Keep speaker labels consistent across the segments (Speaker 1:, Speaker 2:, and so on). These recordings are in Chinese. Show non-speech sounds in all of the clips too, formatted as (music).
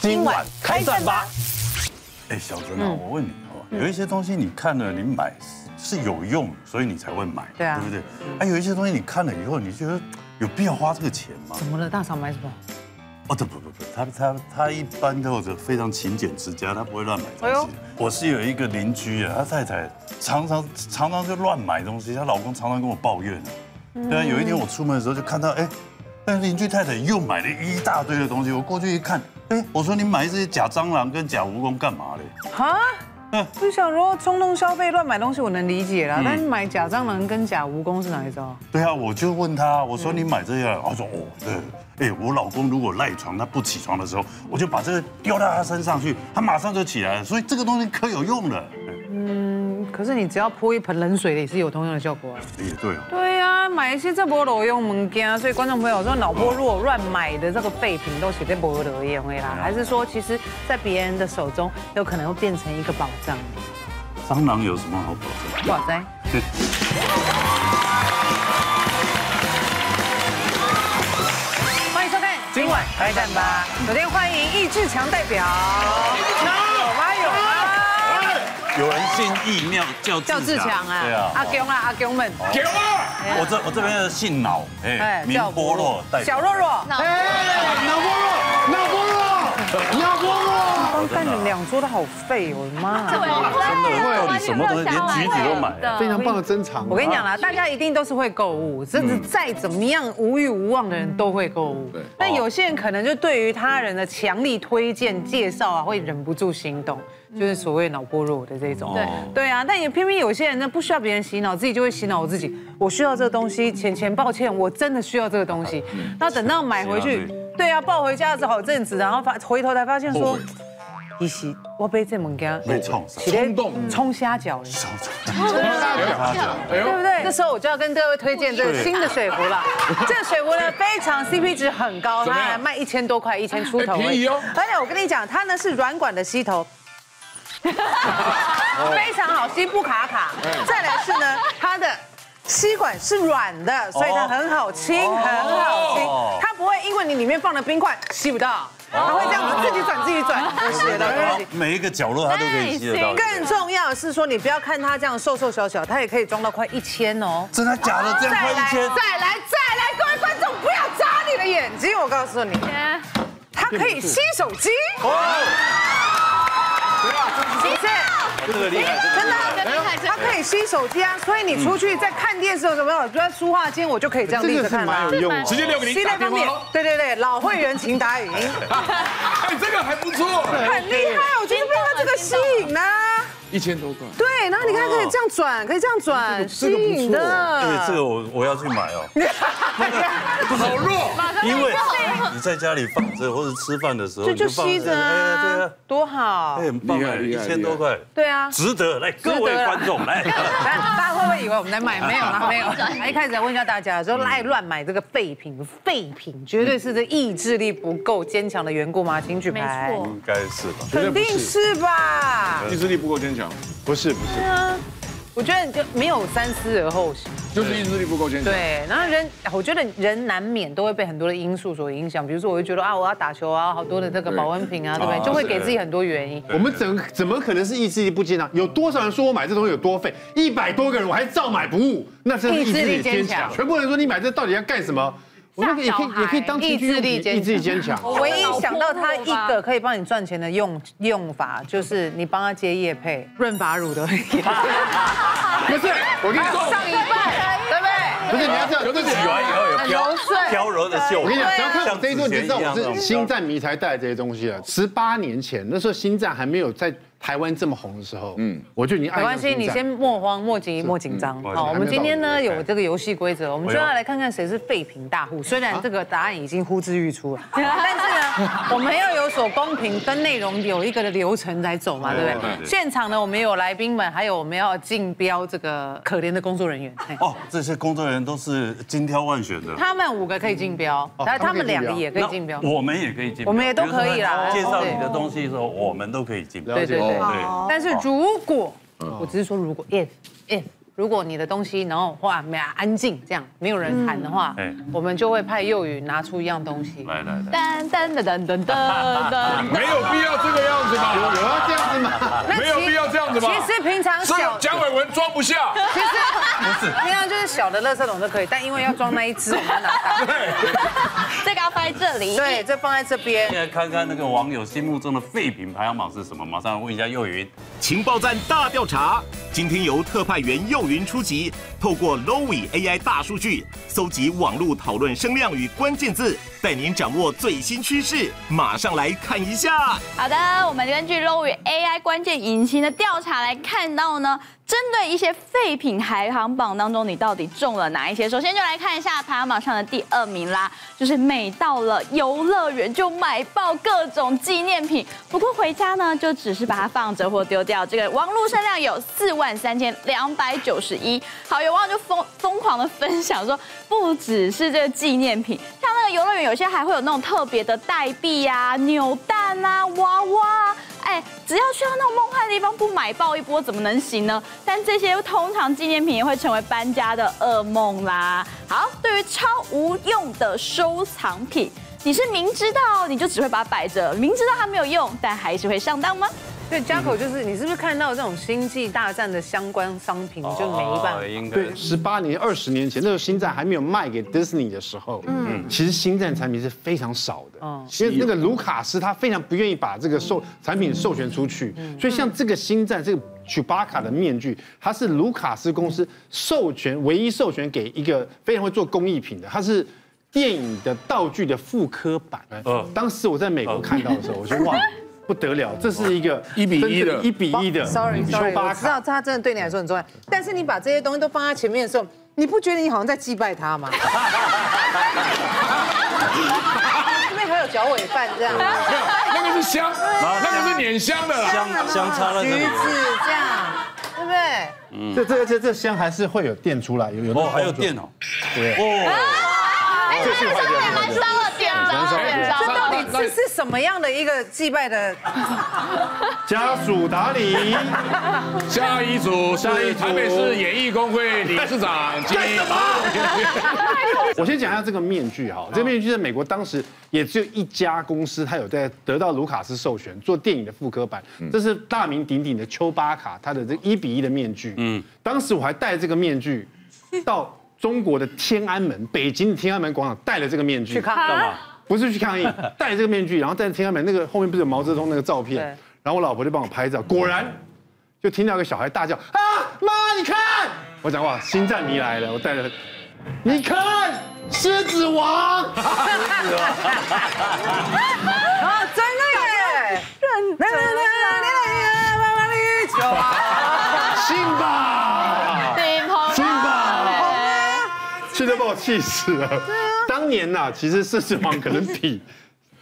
Speaker 1: 今晚开战吧！
Speaker 2: 哎，小珍啊，
Speaker 3: 嗯
Speaker 2: 我问你哦，有一些东西你看了，你买是是有用，所以你才会买，
Speaker 3: 对啊
Speaker 2: 对不对？哎，有一些东西你看了以后，你觉得有必要花这个钱吗？
Speaker 3: 怎么了？大嫂买什么？
Speaker 2: 哦，对，不不不，他他他一般都有非常勤俭持家，他不会乱买东
Speaker 3: 哎呦
Speaker 2: 西。我是有一个邻居啊，他太太常常常常就乱买东西，她老公常常跟我抱怨啊。
Speaker 3: 嗯
Speaker 2: 对啊，有一天我出门的时候就看到，哎，那邻居太太又买了一大堆的东西。我过去一看，哎，我说你买这些假蟑螂跟假蜈蚣干嘛嘞？
Speaker 3: 啊？我就想说冲动消费、乱买东西，我能理解
Speaker 1: 嗯
Speaker 3: 啦。但是买假蟑螂跟假蜈蚣是哪一招？
Speaker 2: 对啊，我就问他，我说你买这些啊，他说哦，对，哎，我老公如果赖床，他不起床的时候，我就把这个丢到他身上去，他马上就起来了，所以这个东西可有用了。
Speaker 3: 可是你只要泼一盆冷水，也是有同样的效果啊。
Speaker 2: 哎也对哦，
Speaker 3: 对啊，买一些这波裸用门件啊，所以观众朋友说脑波如果乱买的这个废品都写在博的也会啦，还是说其实在别人的手中有可能会变成一个宝藏？
Speaker 2: 蟑螂有什么好保证？
Speaker 3: 哇塞！欢迎收看《今晚开战吧》，首先欢迎易志强代表。有吗？有吗？
Speaker 2: 有人信意尿叫
Speaker 3: 叫志强啊
Speaker 2: 对啊，，
Speaker 3: 阿公啊，阿公们，
Speaker 2: 我这我这边的姓脑，哎，名
Speaker 3: 叫
Speaker 2: 波洛代
Speaker 3: 小
Speaker 2: 表。
Speaker 3: 若若，
Speaker 4: 脑波弱，脑波弱，脑波弱。
Speaker 3: 光看你们两桌都好废，我的
Speaker 1: 啊
Speaker 3: 妈！
Speaker 2: 真的，到底什么东西，连橘子都买了。
Speaker 4: 非常棒的珍藏。
Speaker 3: 我跟你讲啦，大家一定都是会购
Speaker 2: 嗯
Speaker 3: 物，甚至再怎么样无欲无望的人都会购物。
Speaker 4: 对
Speaker 3: 但有些人可能就对于他人的强力推荐、介绍啊，会忍不住心动，就是所谓脑波弱的这种。
Speaker 2: 嗯对
Speaker 3: 对啊，但也偏偏有些人呢，不需要别人洗脑，自己就会洗脑我自己。我需要这个东西，钱钱，抱歉，我真的需要这个东西。那等到买回去
Speaker 2: 嗯是啊，
Speaker 3: 对啊，抱回家的好阵子，然后发回头才发现
Speaker 4: 后
Speaker 3: 说
Speaker 4: 悔，
Speaker 3: 一洗我被这物件
Speaker 2: 没冲上，
Speaker 4: 冲动
Speaker 3: 冲虾饺了。
Speaker 4: 哎
Speaker 3: 对不
Speaker 4: 呦，
Speaker 3: 对？这时候我就要跟各位推荐这个新的水壶了。这个水壶呢非常 CP 值很高，
Speaker 4: 么样
Speaker 3: 它卖一千多块，一千出头而已，
Speaker 4: 哎便宜哦
Speaker 3: 而且我跟你讲，它呢是软管的吸头。
Speaker 4: 哦
Speaker 3: 非常好吸，不卡卡。
Speaker 4: 哎
Speaker 3: 再来是呢，它的吸管是软
Speaker 4: 哦
Speaker 3: 的，所以它很好清，很好清。它不会因为你里面放了冰块吸不到，它会这样子自己转自己
Speaker 4: 哦
Speaker 3: 转，我学到东西。
Speaker 2: 每一个角落他都可以吸得到。
Speaker 3: 更重要的是说，你不要看它这样瘦瘦小小，它也可以装到快一千哦。
Speaker 2: 真的假的？这样
Speaker 3: 再
Speaker 2: 快
Speaker 3: 来，
Speaker 2: 一
Speaker 3: 再
Speaker 2: 千，
Speaker 3: 来，再来！各位观众，不要眨你的眼睛，我告诉你，它可以吸手机，
Speaker 4: 哦
Speaker 3: 哦是不是？
Speaker 2: 这个厉害，
Speaker 3: 真的啊，
Speaker 4: 哎
Speaker 3: 它可以吸手机啊，所以你出去在看电视的时候，比如书画间，我就可以这样
Speaker 4: 这
Speaker 3: 立
Speaker 4: 个
Speaker 3: 着
Speaker 4: 是
Speaker 3: 看
Speaker 4: 蛮
Speaker 3: 啊。
Speaker 4: 有用的。
Speaker 5: 直接留给
Speaker 3: 吸
Speaker 5: 你
Speaker 3: 那
Speaker 5: 打
Speaker 3: 方
Speaker 5: 电话
Speaker 3: 面
Speaker 5: 咯。，
Speaker 3: 对对对，老会员请打语音，
Speaker 5: 哎，这个还不错，
Speaker 3: 很厉害，我就是被它这个吸引啦。
Speaker 4: 一千多块，
Speaker 3: 对，然后你看可以这样转，可以这样转，吸
Speaker 4: 哎这个不
Speaker 3: 引的。
Speaker 2: 哎，这个我我要去买 (laughs) 哦。
Speaker 5: 好弱，
Speaker 2: 因为你在家里放着，或者吃饭的时候
Speaker 3: 就
Speaker 2: 哦你
Speaker 3: 就
Speaker 2: 放
Speaker 3: 吸着
Speaker 2: 哎对
Speaker 3: 啊
Speaker 2: 啊，，
Speaker 3: 多好
Speaker 2: 哎，。很棒
Speaker 4: 厉
Speaker 2: 哎，
Speaker 4: 害
Speaker 2: 一
Speaker 4: 厉害
Speaker 2: 千多块，
Speaker 3: 对啊，
Speaker 2: 值得。来，各位观众来，
Speaker 3: 大家大家会不会以为我们在卖？没有啦，没有。一开始问一下大家，说爱乱买这个废品，废品绝对是这意志力不够坚强的缘故吗？请举牌。
Speaker 6: 错
Speaker 2: 应该是吧？
Speaker 3: 肯定是吧？
Speaker 4: 意志力不够坚强。不是不是，
Speaker 3: 我觉得你就没有三思而后行。
Speaker 4: 就是意志力不够坚强。
Speaker 3: 对，然后人，我觉得人难免都会被很多的因素所影响，比如说我会觉得啊，我要打球啊，好多的这个保温瓶啊，对不对？就会给自己很多原因。
Speaker 4: 我们怎怎么可能是意志力不坚强？有多少人说我买这东西有多废？一百多个人，我还照买不误，那真是意志力坚强。全部人说你买这到底要干什么？我那个也可以也可以当情趣用品
Speaker 3: 意志力坚强
Speaker 4: 哎意志力坚强。
Speaker 3: 我唯一想到他一个可以帮你赚钱的用用法，就是你帮他接业配润发乳
Speaker 2: (laughs)
Speaker 3: 的业配。
Speaker 4: 不是，我跟你说，
Speaker 3: 上一半，对不对？
Speaker 4: 不是你要这
Speaker 3: 啊
Speaker 4: 样，对不
Speaker 2: 洗完以后有啊
Speaker 3: 柔顺
Speaker 2: 飘飘柔的袖，
Speaker 4: 我跟你讲，只要
Speaker 3: 啊
Speaker 4: 看我
Speaker 2: 像
Speaker 4: 这一段，你就知道
Speaker 2: 之前一
Speaker 4: 我
Speaker 2: 样
Speaker 4: 是星战迷才带来这些东西了。十八年前，那时候星战还没有在台湾这么红的时候，嗯，我就已经爱
Speaker 3: 没
Speaker 4: 上
Speaker 3: 关系，
Speaker 4: 星
Speaker 3: 你
Speaker 4: 战
Speaker 3: 先莫慌、莫急、莫紧张。
Speaker 2: 嗯
Speaker 3: 好，我们今天呢
Speaker 2: 还没到
Speaker 3: 有这个游戏规则，我们就要来看看谁是废品大户。虽
Speaker 2: 啊
Speaker 3: 然这个答案已经呼之
Speaker 2: (laughs)
Speaker 3: 欲出了，但是呢，我们要有所公平，跟内容有一个的流程来走嘛，对不
Speaker 2: 对对
Speaker 3: 对？
Speaker 2: 对
Speaker 3: 现场呢，我们有来宾们，还有我们要竞标这个可怜的工作人员。嘿
Speaker 2: 哦，这些工作人员都是精挑万选的。
Speaker 3: 他们五个可以竞标，然哦后他们两个也可以竞标。
Speaker 2: 那我们也可以竞标，
Speaker 3: 我们也都可以啦
Speaker 2: 比如说他介绍你的东西的时候，我们都可以竞标。
Speaker 4: 了
Speaker 3: 对
Speaker 4: 解
Speaker 3: 对对
Speaker 2: 对，嗯
Speaker 3: 但是如果，我只是说如果 if if。如果你的东西然后哇，没安静这样，没有人喊的话
Speaker 2: 嗯哎，
Speaker 3: 我们就会派幼宇拿出一样东西。
Speaker 2: 来来来，
Speaker 3: 噔噔噔噔噔噔噔。
Speaker 5: 没有必要这个样子
Speaker 4: 有
Speaker 5: 吧？
Speaker 4: 有要这样子吗？
Speaker 3: 那其
Speaker 5: 没有必要这样子吧
Speaker 3: 其实平常
Speaker 5: 这
Speaker 3: 小
Speaker 5: 个蒋伟文装
Speaker 3: (laughs)
Speaker 5: 不下，
Speaker 3: 其实不是，平常就是小的垃圾桶就可以，但因为要装那一只，我们要
Speaker 2: (laughs)
Speaker 3: 拿大。
Speaker 1: (laughs) 这个要放在这里。
Speaker 3: 对，这放在这边
Speaker 2: 现。在看看那个网友心目中的废品排行榜是什么？马上问一下幼云。
Speaker 6: 情报站大调查，今天由特派员幼云出击，透过 Lowy AI 大数据搜集网络讨论声量与关键字，带您掌握最新趋势。马上来看一下。
Speaker 1: 好的，我们根据 Lowy AI 关键引擎的调查来看到呢，针对一些废品排行榜当中，你到底中了哪一些？首先就来看一下排行榜上的第二名啦，就是每到了游乐园就买爆各种纪念品，不过回家呢就只是把它放着或丢掉。这个网络声量有四万三千两百九十一，好，有网友就疯疯狂的分享说，不只是这个纪念品，像那个游乐园有些还会有那种特别的代币啊、扭蛋啊、娃娃啊，哎，只要去到那种梦幻的地方，不买爆一波怎么能行呢？但这些通常纪念品也会成为搬家的噩梦啦。好，对于超无用的收藏品。你是明知道你就只会把它摆着，明知道它没有用，但还是会上当吗？
Speaker 3: 对，家口就是你是不是看到这种星际大战的相关商品你就没办法
Speaker 2: 哦？应该
Speaker 4: 对，十八年、二十年前，那时候星战还没有卖给 Disney 的时候，嗯，其实星战产品是非常少的。嗯，其实那个卢卡斯他非常不愿意把这个授产品授权出去，所以像这个星战这个。曲巴卡的面具，它是卢卡斯公司授权唯一授权给一个非常会做工艺品的，它是电影的道具的复刻版。
Speaker 2: 嗯
Speaker 4: 当时我在美国看到的时候，我就哇不得了，这是一个
Speaker 5: 一比一的
Speaker 4: 真一比一的
Speaker 3: Sorry
Speaker 4: 丘
Speaker 3: Sorry，我
Speaker 4: 巴
Speaker 3: 知道
Speaker 4: 卡。
Speaker 3: 他真的对你来说很重要，但是你把这些东西都放在前面的时候，你不觉得你好像在祭拜他吗？这边还有脚尾饭这样，
Speaker 5: 没有，那个是香，那个是碾香的
Speaker 3: (laughs)
Speaker 5: 啦。
Speaker 2: 相相差了
Speaker 3: 橘子这样，对不对？
Speaker 4: 这这这这香还是会有电出来，有有那个
Speaker 2: 哦，还有
Speaker 4: 动作
Speaker 2: 电哦，
Speaker 4: 对
Speaker 2: 哦，
Speaker 1: 哎，这个上面燃烧了，点着了，
Speaker 5: 哎
Speaker 1: 点着
Speaker 5: 啊
Speaker 3: 这
Speaker 1: 了。
Speaker 3: 到底这是什么样的一个祭拜的？
Speaker 4: 家属打理，
Speaker 5: 下一组是台北市演艺工会理事长金
Speaker 4: 我先讲一下这个面具哈，这个面具在美国当时也只有一家公司，它有在得到卢卡斯授权做电影的复刻版，这是大名鼎鼎的丘巴卡，他的这一比一的面具。嗯，当时我还戴这个面具到中国的天安门，北京的天安门广场戴了这个面具
Speaker 3: 去看啊干嘛？
Speaker 4: 不是去抗议，戴这个面具，然后在天安门那个后面不是有毛泽东那个照片
Speaker 3: 对，
Speaker 4: 然后我老婆就帮我拍照，果然就听到一个小孩大叫啊妈你看，我讲哇星战迷来了，我带了，你看狮子王，
Speaker 3: 啊，真的耶！来来来来来来，慢慢的酒啊！
Speaker 4: 信吧，
Speaker 1: 顶棚
Speaker 4: 信吧，气得把我气死了。当年呐、其实狮子王可能比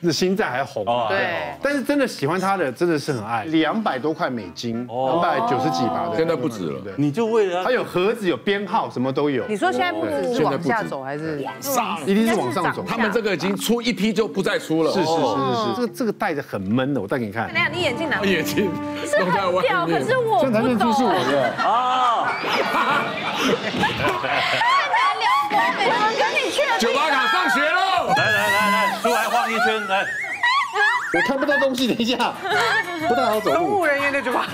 Speaker 4: 那星战还红。
Speaker 2: 哦
Speaker 3: 对，
Speaker 4: 但是真的喜欢他的真的是很爱，两百多块美金，两百九十几吧，
Speaker 5: 现在不止了
Speaker 4: 对。
Speaker 2: 你就为了
Speaker 4: 它有盒子，有编号，什么都有，
Speaker 3: 你说现在不只是往下走，还是
Speaker 5: 上，
Speaker 4: 一定是往上走。
Speaker 5: 他们这个已经出一批就不再出了。哦
Speaker 4: 是是是是是，这个这个戴着很闷的，我戴给你看。
Speaker 3: 等下哎你眼镜拿
Speaker 5: 眼睛
Speaker 1: 是
Speaker 5: 弄在
Speaker 1: 很
Speaker 5: 外
Speaker 1: 屌，可
Speaker 5: 面。
Speaker 3: 啊
Speaker 1: 是我不
Speaker 4: 这台面具是我
Speaker 1: 懂。
Speaker 4: 的，
Speaker 2: 啊，
Speaker 1: 太撩拨美我跟你去了
Speaker 5: 九八
Speaker 3: 啊
Speaker 5: 卡上学
Speaker 3: (laughs)
Speaker 5: 喽！
Speaker 2: 来来来来，出来晃一圈，来，
Speaker 4: 我看不到东西，等一下，不太好走
Speaker 3: 公
Speaker 4: 路。
Speaker 3: 务人员的酒吧？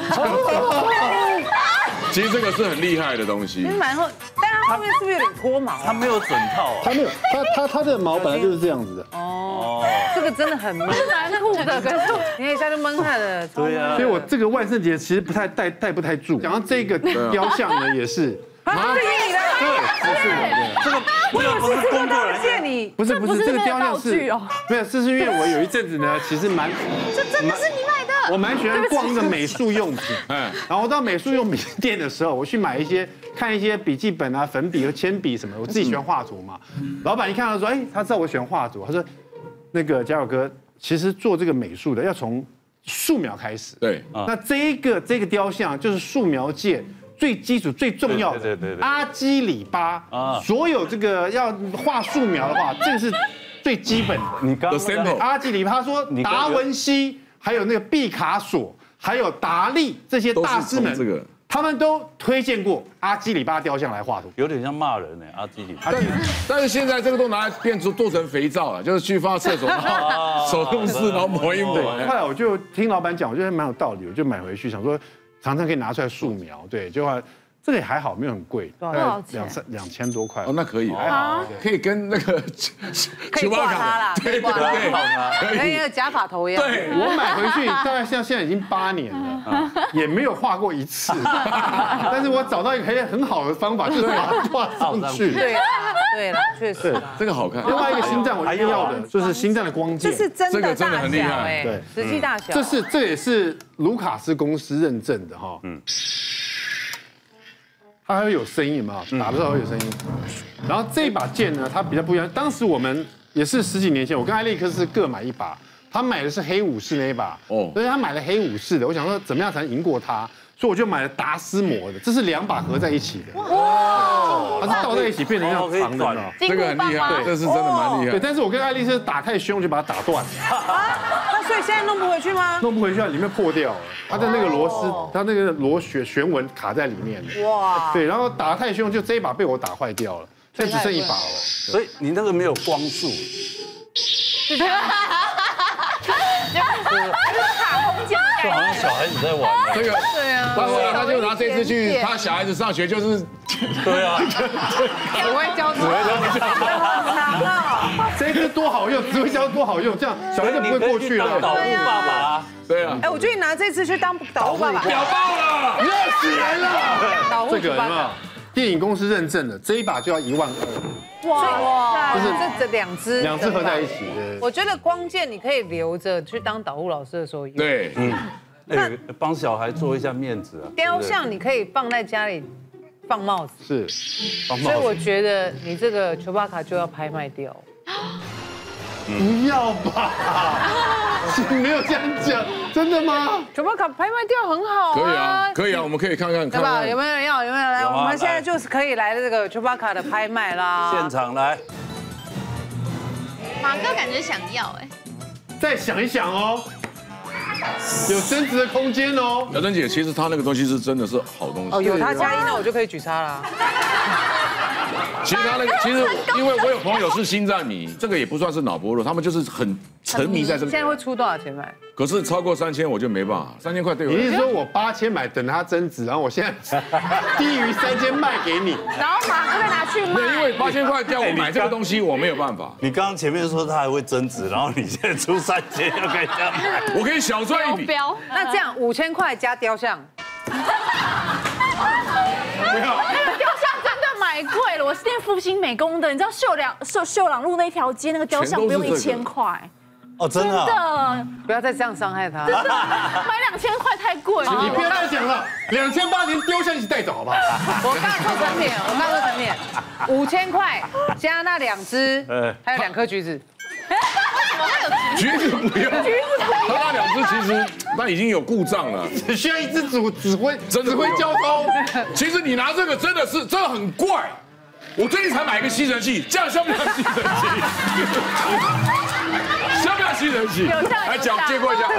Speaker 5: 其实这个是很厉害的东西，
Speaker 3: 蛮厚，但它后面是不是有点脱毛？
Speaker 2: 他没有整套啊
Speaker 4: 它没有，它它它的毛本来就是这样子的，
Speaker 2: 哦，
Speaker 3: 这个真的很闷，蛮酷的，跟你看一下就闷坏了。
Speaker 2: 对啊
Speaker 4: 所以，我这个万圣节其实不太戴戴不太住。然后这个雕像呢也是，
Speaker 3: 啊，这是你的，
Speaker 4: 对，这是我的。
Speaker 2: 这个这个不是工作人
Speaker 3: 谢
Speaker 2: 员，
Speaker 3: 你。
Speaker 4: 不是
Speaker 1: 这
Speaker 4: 不
Speaker 1: 不
Speaker 4: 是，
Speaker 1: 是
Speaker 4: 这个
Speaker 1: 那个
Speaker 4: 雕像
Speaker 1: 道
Speaker 4: 是
Speaker 1: 具哦，
Speaker 4: 没有，这是因为我有一阵子呢，其实蛮，这真的是你买的，我蛮喜欢逛那个美术用品，嗯
Speaker 5: 嗯，
Speaker 4: 然后到美术用品店的时候，我去买一些看一些笔记本啊、粉笔和铅笔什么的，我自己喜欢画图嘛。老板一看到说，哎，他知道我喜欢画图，他说，那个嘉友哥，其实做这个美术的要从素描开始，
Speaker 5: 对，
Speaker 2: 啊
Speaker 4: 那这一个这个雕像啊就是素描界最基础、最重要的，
Speaker 2: 对对对对对
Speaker 4: 阿基里巴
Speaker 2: 啊
Speaker 4: 所有这个要画素描的
Speaker 2: (laughs)
Speaker 4: 话，这个是最基本的。
Speaker 2: 你刚
Speaker 5: The sample
Speaker 4: 阿基里巴说
Speaker 2: 你，刚
Speaker 4: 达文西，还有那个毕卡索，还有达利这些大师
Speaker 5: 都是从
Speaker 4: 们，
Speaker 5: 这个
Speaker 4: 他们都推荐过阿基里巴雕像来画图。
Speaker 2: 有点像骂人呢，阿基里。
Speaker 5: 但但是现在这个都拿来变成做成肥皂了，就是去放厕所，
Speaker 3: (laughs)
Speaker 5: 然
Speaker 3: 哦
Speaker 5: 后手动式，然后抹一
Speaker 2: 啊
Speaker 5: 抹。
Speaker 4: 后来我就听老板讲，我觉得蛮有道理，我就买回去想说，常常可以拿出来素描，对，就话这个也还好，没有很贵，大概两三两千多块
Speaker 5: 哦，。那可以，
Speaker 4: 还好，
Speaker 5: 可以跟那个
Speaker 3: 可以挂它啦
Speaker 5: 对对对，可
Speaker 3: 跟
Speaker 5: 以
Speaker 3: 那。个假发头一样。
Speaker 5: 对，
Speaker 4: 我买回去大概像现在已经八年了，啊也没有画过一次，但是我找到一个很很好的方法，就是把它画上去。
Speaker 3: 对啦，对啦，确实啦。
Speaker 5: 这个好看。
Speaker 4: 另外一个星战我一定要的就是星战的光
Speaker 3: 这
Speaker 4: 剑，
Speaker 3: 是真
Speaker 5: 这
Speaker 3: 的
Speaker 5: 个真的
Speaker 3: 大
Speaker 5: 很厉害
Speaker 3: 小哎
Speaker 4: 对，
Speaker 3: 实际大小。
Speaker 4: 这是这也是卢卡斯公司认证的哈，嗯，它还会有声音嘛，
Speaker 2: 嗯
Speaker 4: 打的时候会有声音。然后这把剑呢，它比较不一样。当时我们也是十几年前，我跟艾利克斯各买一把，他买的是黑武士那一把，
Speaker 5: 哦
Speaker 4: 哦，所以他买了黑武士的。我想说怎么样才能赢过他，所以我就买了达斯摩的，这是两把合在一起的，哇，它是倒在一起变成像长的
Speaker 2: 哦可以转
Speaker 4: 了。
Speaker 1: 金
Speaker 5: 这
Speaker 1: 箍
Speaker 5: 个很
Speaker 1: 棒
Speaker 5: 厉
Speaker 1: 吗
Speaker 5: 害，这是真的蛮厉
Speaker 4: 对，
Speaker 5: 害。
Speaker 4: 但是我跟艾利克斯打太凶，我就把它打断了。
Speaker 3: 那所以现在弄不回去吗？
Speaker 4: 弄不回去啊，里面破掉了，它的那个螺丝，它那个螺旋旋纹卡在里面了。
Speaker 3: 哇，
Speaker 4: 对，然后打得太凶，就这一把被我打坏掉了，现在只剩一把了。
Speaker 2: 所以你那个没有光束，就好像小孩子在玩。
Speaker 5: 这个对啊，他后来他就拿这次去他小孩子上学，就是
Speaker 2: (laughs) 对啊，
Speaker 3: 只会交通，
Speaker 4: 这一支多好用，紫微胶多好用，这样小孩就不会过去
Speaker 2: 当导
Speaker 4: (laughs) 了。
Speaker 2: 护爸爸啊，
Speaker 5: 对啊，
Speaker 3: 哎，我觉得你拿这次去当导护爸爸，
Speaker 5: 屌爆了。
Speaker 4: 热死人了！
Speaker 3: 导
Speaker 4: 这
Speaker 3: 护
Speaker 4: 个有
Speaker 3: 爸
Speaker 4: 没有
Speaker 3: 爸，？
Speaker 4: 电影公司认证的，这一把就要一万二，
Speaker 3: 哇，
Speaker 4: 就是
Speaker 3: 这这两只，
Speaker 4: 两只合在一起。对
Speaker 3: 我觉得光剑你可以留着去当导护老师的时候用，
Speaker 5: 对，
Speaker 2: 哎，
Speaker 4: 啊
Speaker 2: 帮小孩做一下面子啊。
Speaker 3: 雕像你可以放在家里放帽
Speaker 2: 对不
Speaker 3: 子，所
Speaker 4: 是，
Speaker 2: 对，
Speaker 3: 以
Speaker 2: 帮帽
Speaker 3: 我
Speaker 2: 子
Speaker 3: 觉得你这个丘巴卡就要拍卖掉。
Speaker 4: 不要吧？没有这样讲，真的吗？
Speaker 3: 丘巴卡拍卖掉很好
Speaker 5: 可以啊，可以啊，我们可以看看
Speaker 3: 对
Speaker 5: 看
Speaker 3: 吧？
Speaker 5: 看
Speaker 3: 有。没有人要？有没有人来？
Speaker 2: 有啊
Speaker 3: 我们现在
Speaker 2: 来
Speaker 3: 就是可以来这个丘巴卡的拍卖啦。
Speaker 2: 现场来，
Speaker 7: 马哥感觉想要哎，
Speaker 4: 再想一想哦，有升值的空间哦。
Speaker 5: 小珍姐，其实她那个东西是真的是好东
Speaker 3: 哦，
Speaker 5: 西。
Speaker 3: 有他加一，那我就可以举叉啦。
Speaker 5: 其实她
Speaker 3: (laughs)
Speaker 5: 那个，其实因为我有朋友是心脏迷，这个也不算是脑波弱，他们就是很沉迷在这
Speaker 3: 现在
Speaker 5: 个
Speaker 3: 会。出多少钱买？
Speaker 5: 可是超过三千我就没办法，三千块对我
Speaker 4: 你
Speaker 5: 来
Speaker 4: 是
Speaker 5: 讲。
Speaker 4: 说我八千买，等它增值，然后我现
Speaker 5: (laughs)
Speaker 4: 在低于三千卖给你？
Speaker 3: 然后马上再拿去
Speaker 5: 对，因
Speaker 3: 卖。
Speaker 5: 为八千块叫我买这个东西，我没有办法，
Speaker 2: 你刚刚前面说他还会增值，然后你现在出三千要给他买，
Speaker 5: (laughs) 我可以小赚
Speaker 8: 哦
Speaker 5: 一笔。
Speaker 1: 标
Speaker 3: 那这样五千块加雕像，
Speaker 8: 雕像真的买贵了，我是念复兴美工的，你知道秀朗秀秀朗路那条街那个雕像不用
Speaker 5: 全都
Speaker 8: 一
Speaker 5: 是这个
Speaker 8: 千块，
Speaker 2: 哦，真
Speaker 8: 真
Speaker 2: 的啊，
Speaker 8: 的
Speaker 3: 不要再这样伤害他。
Speaker 8: 真的买两千块太贵
Speaker 5: 哦
Speaker 4: 你
Speaker 8: 了。
Speaker 4: 不要再讲了，两千八连雕像一起带走好不好？
Speaker 3: 我刚说成品，我刚说成品，五千块加那两只
Speaker 2: 哎，
Speaker 3: 还有两颗橘子，
Speaker 5: 橘子不用，他那两只其实那已经有故障了。
Speaker 4: 只需要一只主指挥
Speaker 5: 真的
Speaker 4: 指挥交通，
Speaker 5: (laughs) 其实你拿这个真的是真的很怪。我最近才买一个吸尘器，这样像不像吸尘器？像不像吸尘器？来讲借过一下。 (laughs)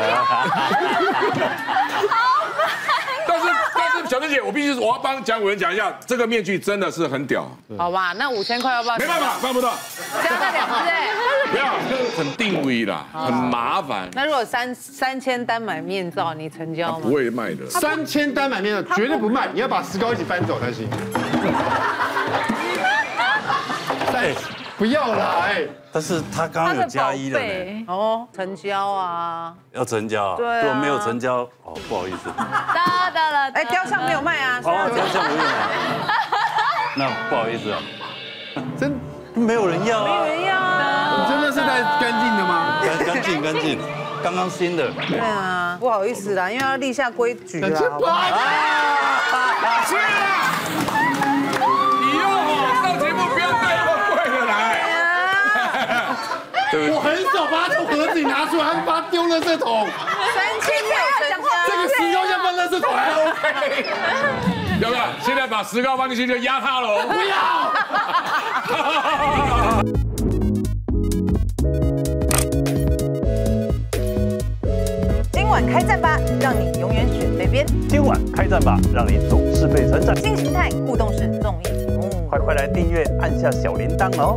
Speaker 5: 但是但是小珍姐，我必须我要帮蒋伟文讲一下，这个面具真的是很屌，
Speaker 3: 好吧？那五千块要不要？
Speaker 5: 没办法办不到，
Speaker 3: 加那两只哎。
Speaker 5: 不要很定位啦，很麻烦，
Speaker 3: 那如果三三千单买面罩，你成交吗
Speaker 5: 啊不？会卖的。
Speaker 4: 三千单买面的绝对不卖，你要把石膏一起搬走才
Speaker 5: (laughs)
Speaker 4: 行。哎，不要啦，哎，
Speaker 2: 但是他刚刚有加一了呢，
Speaker 1: 对，
Speaker 3: 哦，成交啊！
Speaker 2: 要成交啊，
Speaker 3: 对啊
Speaker 2: 如果没有成交，哦，不好意思，
Speaker 1: 哒哒了，
Speaker 3: 哎，雕像没有卖啊，
Speaker 2: 哦，这样这样不用啊，那不好意思啊，
Speaker 4: 真
Speaker 2: 没有人要啊，
Speaker 3: 没有啊，
Speaker 5: 哦
Speaker 4: 你真的是在干净的吗？
Speaker 2: 干干净干净，刚刚新的，
Speaker 3: 对啊，不好意思啦，因为要立下规矩啊
Speaker 5: 啊
Speaker 4: 两
Speaker 3: 啦
Speaker 4: 千。
Speaker 3: 好不好
Speaker 4: 八，
Speaker 5: 是啊，你又好上节目不要带那么贵的来，对不
Speaker 4: 哎我
Speaker 5: 对？
Speaker 4: 很少把它从盒子里拿出来，还把它丢垃圾桶。
Speaker 5: 啊
Speaker 3: 三千没有成交，
Speaker 4: 这个石膏像放垃圾桶还 OK。
Speaker 5: 要不要现在把石膏放进去就压塌了哦？
Speaker 3: 今晚。晚开战吧，让你永远选北边。
Speaker 9: 今晚开战吧，让你总是被称赞。
Speaker 3: 新形态互动式综艺节目，
Speaker 9: 快快来订阅，按下小铃铛哦。